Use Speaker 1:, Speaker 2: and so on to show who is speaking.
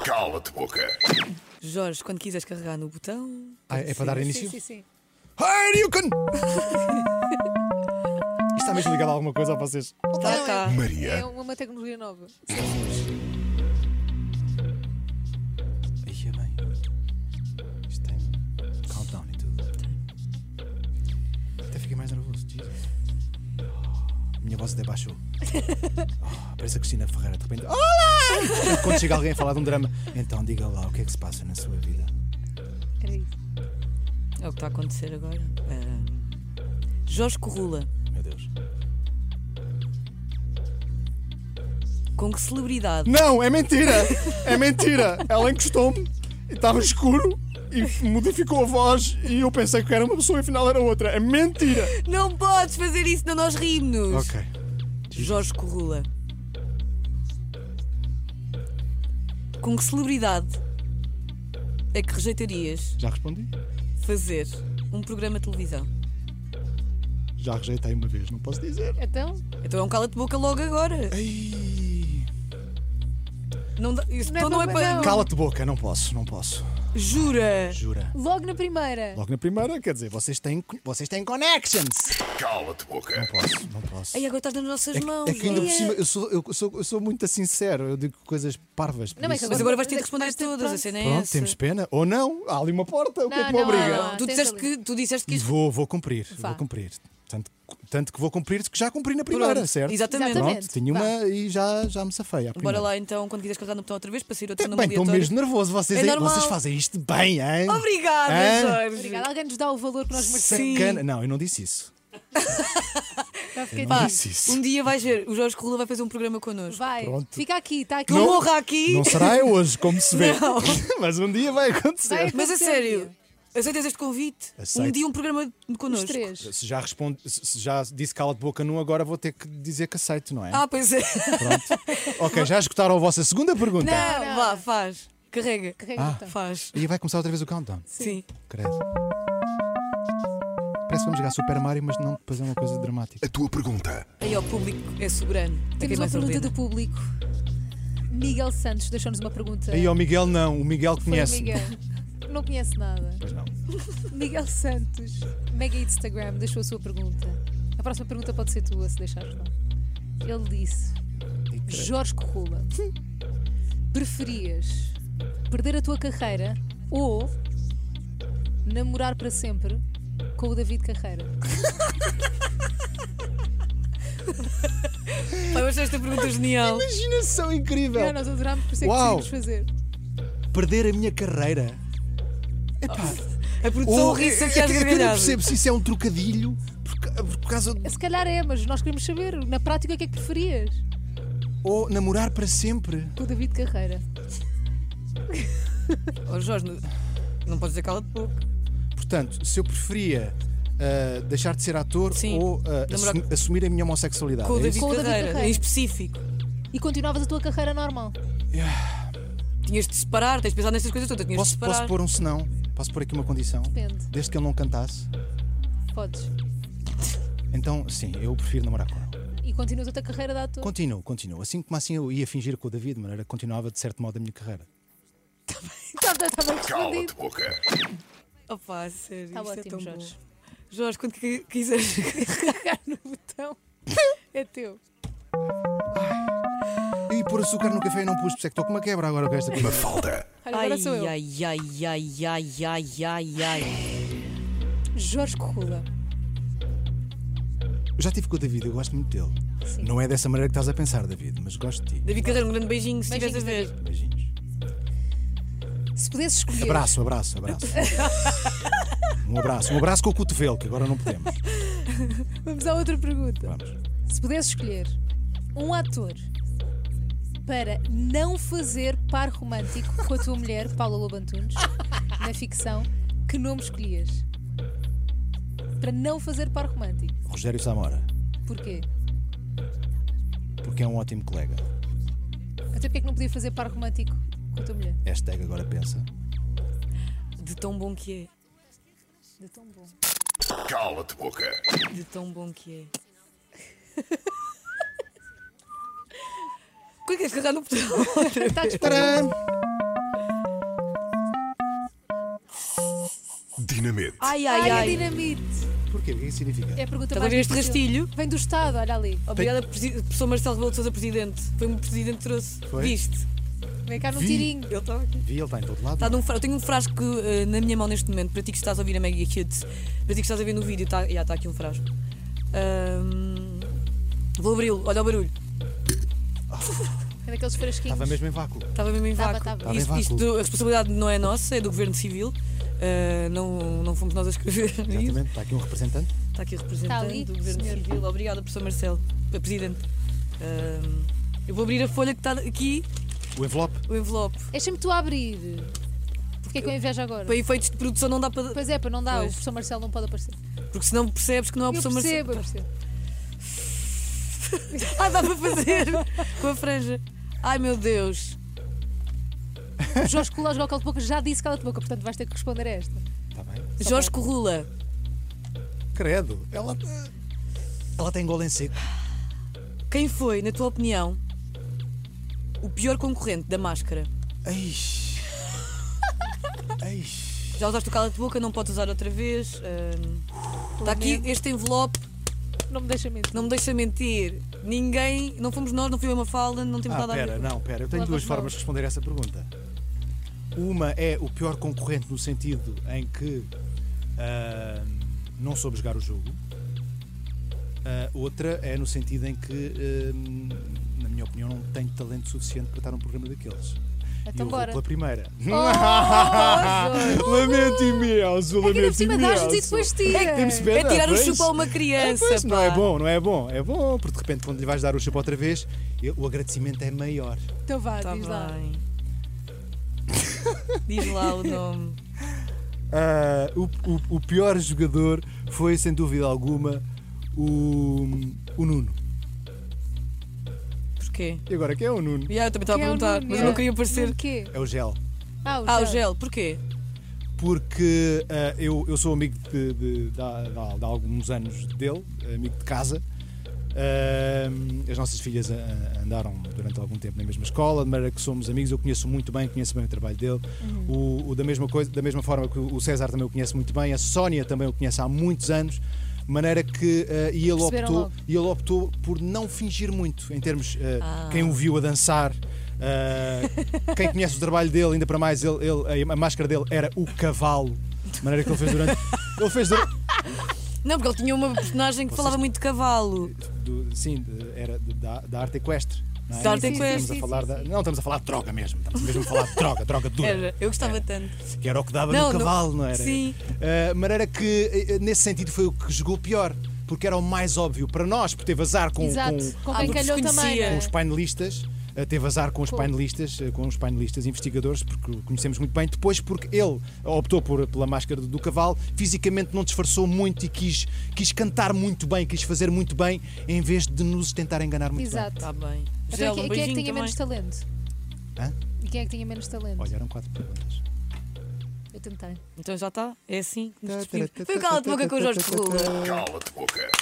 Speaker 1: Cala-te boca.
Speaker 2: Jorge, quando quiseres carregar no botão.
Speaker 3: Ah, é para dar início?
Speaker 2: Sim, sim, sim.
Speaker 3: Hurricane! Isto está mesmo ligado a alguma coisa a vocês.
Speaker 2: Tá, tá.
Speaker 1: Maria,
Speaker 4: é uma tecnologia nova.
Speaker 3: Ia bem. Isto tem countdown e tudo. Até fiquei mais nervoso. Jesus. Minha voz até baixou. Oh, parece a Cristina Ferreira, de repente. Olá! Quando chega alguém a falar de um drama, então diga lá o que é que se passa na sua vida.
Speaker 4: Era isso.
Speaker 2: É o que está a acontecer agora. Ah, Jorge Corrula,
Speaker 3: Meu Deus.
Speaker 2: com que celebridade?
Speaker 3: Não, é mentira! É mentira! Ela encostou-me e estava escuro e modificou a voz e eu pensei que era uma pessoa e afinal era outra. É mentira!
Speaker 2: Não podes fazer isso, não nós rimos.
Speaker 3: Ok.
Speaker 2: Jorge Corrula. Com que celebridade é que rejeitarias
Speaker 3: Já respondi?
Speaker 2: fazer um programa de televisão?
Speaker 3: Já rejeitei uma vez, não posso dizer.
Speaker 4: Então,
Speaker 2: Então é um cala-te boca logo agora.
Speaker 3: Ei.
Speaker 2: Não dá- isso
Speaker 4: Não é
Speaker 2: então não é
Speaker 4: bom,
Speaker 2: para.
Speaker 4: não.
Speaker 3: Cala-te boca, não posso, não posso.
Speaker 2: Jura!
Speaker 3: Jura.
Speaker 4: logo na primeira.
Speaker 3: Logo na primeira, quer dizer, vocês têm, vocês têm connections.
Speaker 1: cala-te boca.
Speaker 3: Não posso, não posso.
Speaker 2: Ei, agora estás nas nossas
Speaker 3: É que-
Speaker 2: mãos.
Speaker 3: é que ainda por
Speaker 2: Jorge.
Speaker 3: cima, eu sou, eu, sou, eu sou muito sincero, eu digo coisas parvas. por
Speaker 4: Não, mas
Speaker 3: isso-
Speaker 2: Mas agora vais ter de
Speaker 4: Mas
Speaker 2: responder
Speaker 4: vais ter-
Speaker 2: todas, a cena é
Speaker 3: Pronto,
Speaker 2: essa.
Speaker 3: temos pena. Ou não, há ali uma porta, o que é
Speaker 4: Não,
Speaker 3: que me
Speaker 4: não,
Speaker 3: obriga?
Speaker 2: Não, tu,
Speaker 4: tens
Speaker 2: disseste
Speaker 4: ali.
Speaker 2: que, tu disseste que
Speaker 3: E
Speaker 2: isto.
Speaker 3: vou, vou cumprir,
Speaker 4: Vá.
Speaker 3: vou cumprir. Tanto, tanto que vou cumprir que já cumpri na primeira,
Speaker 2: Pronto,
Speaker 3: certo?
Speaker 2: Exatamente.
Speaker 4: Exatamente.
Speaker 3: Pronto, tinha uma e já, já me safei.
Speaker 2: Bora
Speaker 3: à primeira.
Speaker 2: lá então, quando quiseres carregar no botão outra vez, para sair outra
Speaker 3: Bem,
Speaker 2: numa
Speaker 3: estou mesmo nervoso. Vocês,
Speaker 2: É
Speaker 3: aí-
Speaker 2: normal.
Speaker 3: vocês fazem isto bem, hein?
Speaker 2: Obrigada,
Speaker 3: Hã?
Speaker 2: Jorge.
Speaker 4: Obrigada. Alguém nos dá o valor que nós merecemos.
Speaker 3: Sacana. Não, eu não disse isso.
Speaker 4: Já fiquei
Speaker 2: Pá,
Speaker 3: Isso, isso.
Speaker 2: um dia vais ver, o Jorge Corrula vai fazer um programa connosco.
Speaker 4: Vai,
Speaker 3: Pronto.
Speaker 4: fica aqui, está aqui.
Speaker 2: Que eu morra aqui.
Speaker 3: Não será eu hoje, como se vê.
Speaker 2: Não.
Speaker 3: Mas um dia vai acontecer.
Speaker 4: Vai.
Speaker 2: Mas a
Speaker 4: Acontecer um
Speaker 2: sério,
Speaker 4: dia.
Speaker 2: aceitas este convite?
Speaker 3: Aceito.
Speaker 2: Um dia um programa
Speaker 4: Os
Speaker 2: connosco.
Speaker 4: três.
Speaker 3: Se já, respondo, se se já disse cala de boca nu, agora vou ter que dizer que aceito, não é?
Speaker 2: Ah, pois é.
Speaker 3: Ok, já escutaram a vossa segunda pergunta?
Speaker 2: Não,
Speaker 4: não.
Speaker 2: vá, faz. Carrega.
Speaker 4: Carrega
Speaker 3: Ah.
Speaker 4: então. o botão.
Speaker 2: Faz.
Speaker 3: E vai começar outra vez o countdown.
Speaker 2: Sim.
Speaker 3: Credo. Parece que vamos jogar Super Mario, mas não depois é uma coisa dramática.
Speaker 1: A tua pergunta.
Speaker 2: Aí ao público é soberano. É quem
Speaker 4: Temos uma
Speaker 2: mais
Speaker 4: pergunta
Speaker 2: ordena.
Speaker 4: do público. Miguel Santos deixou-nos uma pergunta.
Speaker 3: Aí ao Miguel não, o Miguel
Speaker 4: Foi o
Speaker 3: conhece.
Speaker 4: Miguel. Não conhece nada.
Speaker 3: Pois não.
Speaker 4: Miguel Santos, mega Instagram, deixou a sua pergunta. A próxima pergunta pode ser tua, se deixares não. Ele disse: Jorge Corrula, preferias perder a tua carreira ou namorar para sempre com o David Carreira?
Speaker 2: Pá, eu achei esta pergunta genial.
Speaker 3: Imaginação incrível!
Speaker 4: Ah, nós adorámos, por isso é que
Speaker 3: Uau.
Speaker 4: decidimos fazer.
Speaker 3: Perder a minha carreira.
Speaker 2: A produção
Speaker 3: Ou-
Speaker 2: ri-se
Speaker 3: é-
Speaker 2: aqui
Speaker 3: é
Speaker 2: às
Speaker 3: que- é que eu não
Speaker 2: gargalhadas.
Speaker 3: percebo se isso é um trocadilho por, ca- por causa de.
Speaker 4: Se calhar é, mas nós queremos saber, na prática, o que é que preferias
Speaker 3: ou namorar para sempre.
Speaker 4: com o David Carreira?
Speaker 2: Oh, Jorge, não, não podes dizer cala de boca.
Speaker 3: Portanto, se eu preferia ah, deixar de ser ator
Speaker 2: Sim.
Speaker 3: ou ah,
Speaker 2: Namorar-
Speaker 3: assumi- assumir a minha homossexualidade.
Speaker 2: Com o
Speaker 3: é
Speaker 2: David
Speaker 3: isso?
Speaker 4: Com o David
Speaker 2: Carreira,
Speaker 4: Carreira.
Speaker 2: em específico.
Speaker 4: E continuavas a tua carreira normal?
Speaker 2: Tinhas de separar, tens de pensar nestas coisas todas, tinhas de
Speaker 3: Posso,
Speaker 2: separar.
Speaker 3: posso pôr um senão? Posso pôr aqui uma condição?
Speaker 4: Depende.
Speaker 3: Desde que ele não cantasse.
Speaker 4: Podes.
Speaker 3: Então, sim, eu prefiro namorar com ele.
Speaker 4: E continuas a tua carreira de ator?
Speaker 3: Continuo, continuo. Assim como assim eu ia fingir com o David, de maneira que continuava de certo modo a minha carreira.
Speaker 4: Está tá, tá bem
Speaker 1: Cala-te
Speaker 4: respondido.
Speaker 1: boca.
Speaker 2: Opa, a sério,
Speaker 4: Tá
Speaker 2: isto é
Speaker 4: ótimo,
Speaker 2: tão
Speaker 4: Jorge.
Speaker 2: bom. Jorge, quando qui- quiseres.
Speaker 4: carregar no botão. É teu.
Speaker 3: Eu ia pôr açúcar no café e não pus, por isso é que estou com uma quebra agora com esta coisa.
Speaker 1: Mafalda.
Speaker 4: Olha, Agora sou eu.
Speaker 2: ai, ai, ai, ai, ai, ai, ai.
Speaker 4: Jorge Corrula.
Speaker 3: Eu já estive com o David, eu gosto muito dele.
Speaker 4: Sim.
Speaker 3: Não é dessa maneira que estás a pensar, David, mas gosto de ti.
Speaker 2: David Carreira, um grande beijinho, se estiveres a
Speaker 4: Beijinhos,
Speaker 2: ver.
Speaker 3: Beijinhos.
Speaker 4: Se pudesse escolher.
Speaker 3: Abraço, abraço, abraço. um abraço, um abraço com o cotovelo, que agora não podemos.
Speaker 4: Vamos à outra pergunta.
Speaker 3: Vamos.
Speaker 4: Se pudesse escolher um ator para não fazer par romântico com a tua mulher, Paula Lobantunes, na ficção, que nome escolhias? Para não fazer par romântico.
Speaker 3: Rogério Samora,
Speaker 4: Porquê?
Speaker 3: porque é um ótimo colega.
Speaker 4: Até porque é que não podia fazer par romântico com a tua mulher?
Speaker 3: Hashtag agora pensa.
Speaker 2: De tão bom que é,
Speaker 4: De tão bom.
Speaker 1: Cala-te boca.
Speaker 2: é. De tão bom que é. Quando queres carregar no botão?
Speaker 4: é
Speaker 2: Tá
Speaker 4: Está disponível.
Speaker 3: Tcharam!
Speaker 1: Dinamite.
Speaker 2: Ai,
Speaker 4: Ai,
Speaker 2: ai,
Speaker 4: a
Speaker 2: ai.
Speaker 4: dinamite.
Speaker 3: Porquê? O que é que significa?
Speaker 4: É a pergunta
Speaker 2: Estás a
Speaker 4: mais
Speaker 2: ver este
Speaker 4: difícil.
Speaker 2: rastilho?
Speaker 4: Vem do Estado, olha ali.
Speaker 2: Obrigada, presi- professor Marcelo Rebelo de Sousa, presidente. Foi um presidente que trouxe.
Speaker 3: Foi?
Speaker 2: Viste?
Speaker 4: Vem cá num
Speaker 3: Vi.
Speaker 4: tirinho.
Speaker 2: Ele estava aqui.
Speaker 3: Vi, ele está em todo lado.
Speaker 4: Tá
Speaker 2: Está num fra- Eu tenho um frasco eh, na minha mão neste momento. Para ti que estás a ouvir a Mega Kids, para ti que estás a ver no vídeo, está já está aqui um frasco. Ahm, Vou abri-lo, olha o barulho.
Speaker 4: É daqueles fresquinhos.
Speaker 3: Estava mesmo em vácuo.
Speaker 4: É
Speaker 2: Estava mesmo em vácuo.
Speaker 4: Estava, estava.
Speaker 2: Isto-
Speaker 3: Estava em
Speaker 2: isto-
Speaker 3: vácuo.
Speaker 2: a responsabilidade não é nossa, é do Governo Civil. Ah, não, não fomos nós a escrever. isto.
Speaker 3: Exatamente, está aqui um representante.
Speaker 2: Está aqui o
Speaker 4: Está
Speaker 2: representante
Speaker 4: Tá ali,
Speaker 2: do Governo
Speaker 4: senhor.
Speaker 2: Civil. Obrigada, professor Marcelo, eh, presidente. Ahm, eu vou abrir a folha que está aqui,
Speaker 3: O envelope.
Speaker 2: o envelope.
Speaker 4: É sempre tu a abrir. é Fiquei com inveja agora.
Speaker 2: Para efeitos de produção não dá para.
Speaker 4: Pois é, para não dá,
Speaker 2: Pois.
Speaker 4: o professor Marcelo não pode aparecer.
Speaker 2: Porque senão percebes que não é o
Speaker 4: eu
Speaker 2: professor
Speaker 4: percebo,
Speaker 2: Marcelo.
Speaker 4: eu percebo.
Speaker 2: Ah, dá para fazer com a franja. Ai meu Deus.
Speaker 4: O Jorge Colau jogou de boca, já disse cala de boca, portanto vais ter que responder a esta.
Speaker 3: Está bem.
Speaker 2: Jorge Corrula.
Speaker 3: Credo. Ela. Ela tem gol em seco.
Speaker 2: Quem foi, na tua opinião, o pior concorrente da máscara?
Speaker 3: Eish. Eish.
Speaker 2: Já usaste o cala de boca, não podes usar outra vez. ahm, Está aqui este envelope,
Speaker 4: Não me deixa mentir.
Speaker 2: não me deixa mentir. Ninguém, não fomos nós, não fui eu uma fala, não temos
Speaker 3: Ah,
Speaker 2: nada a
Speaker 3: pera,
Speaker 2: ver.
Speaker 3: não, pera. Eu tenho
Speaker 4: Lava
Speaker 3: duas
Speaker 4: as mãos.
Speaker 3: formas de responder a essa pergunta. Uma é o pior concorrente no sentido em que ah, não soube jogar o jogo. Ah, outra é no sentido em que, ah, na minha opinião, não tenho talento suficiente para estar num programa daqueles. e
Speaker 4: Então
Speaker 3: eu
Speaker 4: bora.
Speaker 3: vou pela primeira.
Speaker 4: Oh, Jorge!
Speaker 3: lamento imenso,
Speaker 4: É que ainda por
Speaker 3: lamento
Speaker 4: cima dás-nos e
Speaker 3: imenso.
Speaker 4: depois tiras.
Speaker 3: Demos
Speaker 2: É
Speaker 3: pena,
Speaker 2: tirar o
Speaker 3: pois.
Speaker 2: chupa a uma criança.
Speaker 3: É, pois, não
Speaker 2: pá.
Speaker 3: é bom, não é bom, é bom, porque de repente quando lhe vais dar o chupa outra vez, eu- o agradecimento é maior.
Speaker 4: Então vá,
Speaker 2: Tá
Speaker 4: diz lá.
Speaker 2: bem. Diz lá o nome.
Speaker 3: Ah, o, o- o pior jogador foi, sem dúvida alguma, o, o Nuno.
Speaker 2: Porquê?
Speaker 3: E agora quem é o Nuno?
Speaker 2: Yeah, eu também estava a
Speaker 4: Que é o
Speaker 2: perguntar,
Speaker 4: Nuno,
Speaker 2: Tá mas
Speaker 4: é.
Speaker 2: eu não queria parecer.
Speaker 4: Nuno quê?
Speaker 3: É o Gel.
Speaker 4: Ah, o
Speaker 2: Ah, o
Speaker 4: gel.
Speaker 2: gel, porquê?
Speaker 3: Porque ah, eu, eu sou amigo de, de- de há- de há- de há alguns anos dele, amigo de casa. Ah, as nossas filhas ah, andaram durante algum tempo na mesma escola, de maneira que somos amigos. Eu conheço muito bem, conheço bem o trabalho dele.
Speaker 4: Uhum.
Speaker 3: O, o da, mesma coisa, da mesma forma que o César também o conhece muito bem, a Sónia também o conhece há muitos anos. De maneira que ah, e, ele
Speaker 4: Perceberam
Speaker 3: optou,
Speaker 4: logo.
Speaker 3: e ele optou por não fingir muito em termos ah,
Speaker 2: Ah.
Speaker 3: quem o viu a dançar. ah, quem conhece o trabalho dele, ainda para mais, ele, ele- a máscara dele era o cavalo. De maneira que ele fez durante. Ele fez durante.
Speaker 2: Não, porque ele tinha uma personagem que falava muito de cavalo.
Speaker 3: do- sim, de- era de- da, da arte equestre. não é?
Speaker 2: Da arte
Speaker 3: Sim, sim,
Speaker 2: equestre,
Speaker 3: Estamos
Speaker 4: sim,
Speaker 3: a falar
Speaker 4: sim,
Speaker 3: da, não, estamos a falar de droga mesmo. Estamos mesmo a falar de droga, droga dura.
Speaker 2: Era, eu gostava tanto.
Speaker 3: Que era o que dava
Speaker 2: Não,
Speaker 3: no
Speaker 2: não-
Speaker 3: cavalo, não, era?
Speaker 2: Sim.
Speaker 3: Uh, maneira que, eh, eh, nesse sentido, foi o que jogou pior. Porque era o mais óbvio para nós, porque teve azar com,
Speaker 4: Exato,
Speaker 3: com-
Speaker 4: com
Speaker 2: Ah,
Speaker 4: quem
Speaker 2: porque
Speaker 4: calhou
Speaker 2: se
Speaker 4: também.
Speaker 2: conhecia.
Speaker 4: não é?
Speaker 3: com os painelistas, eh, teve azar com os
Speaker 4: Com-
Speaker 3: painelistas, eh, com os painelistas investigadores, porque o conhecemos muito bem. Depois, porque ele optou por, pela máscara do, do cavalo, fisicamente não disfarçou muito e quis, quis cantar muito bem, quis fazer muito bem, em vez de nos tentar enganar muito
Speaker 4: Exato.
Speaker 2: Está bem.
Speaker 4: Então,
Speaker 2: Tá. Gel,
Speaker 4: quem,
Speaker 2: um
Speaker 4: quem é que
Speaker 2: beijinho
Speaker 4: tinha
Speaker 2: também.
Speaker 4: menos talento?
Speaker 3: bem. Hã?
Speaker 4: E quem é que tinha menos talento?
Speaker 3: Olha, eram quatro perguntas.
Speaker 4: Eu tentei.
Speaker 2: tá? Então já está, é assim. que nos despedimos. Foi o cala de boca com o Jorge Ferrula.
Speaker 1: Cala-te boca.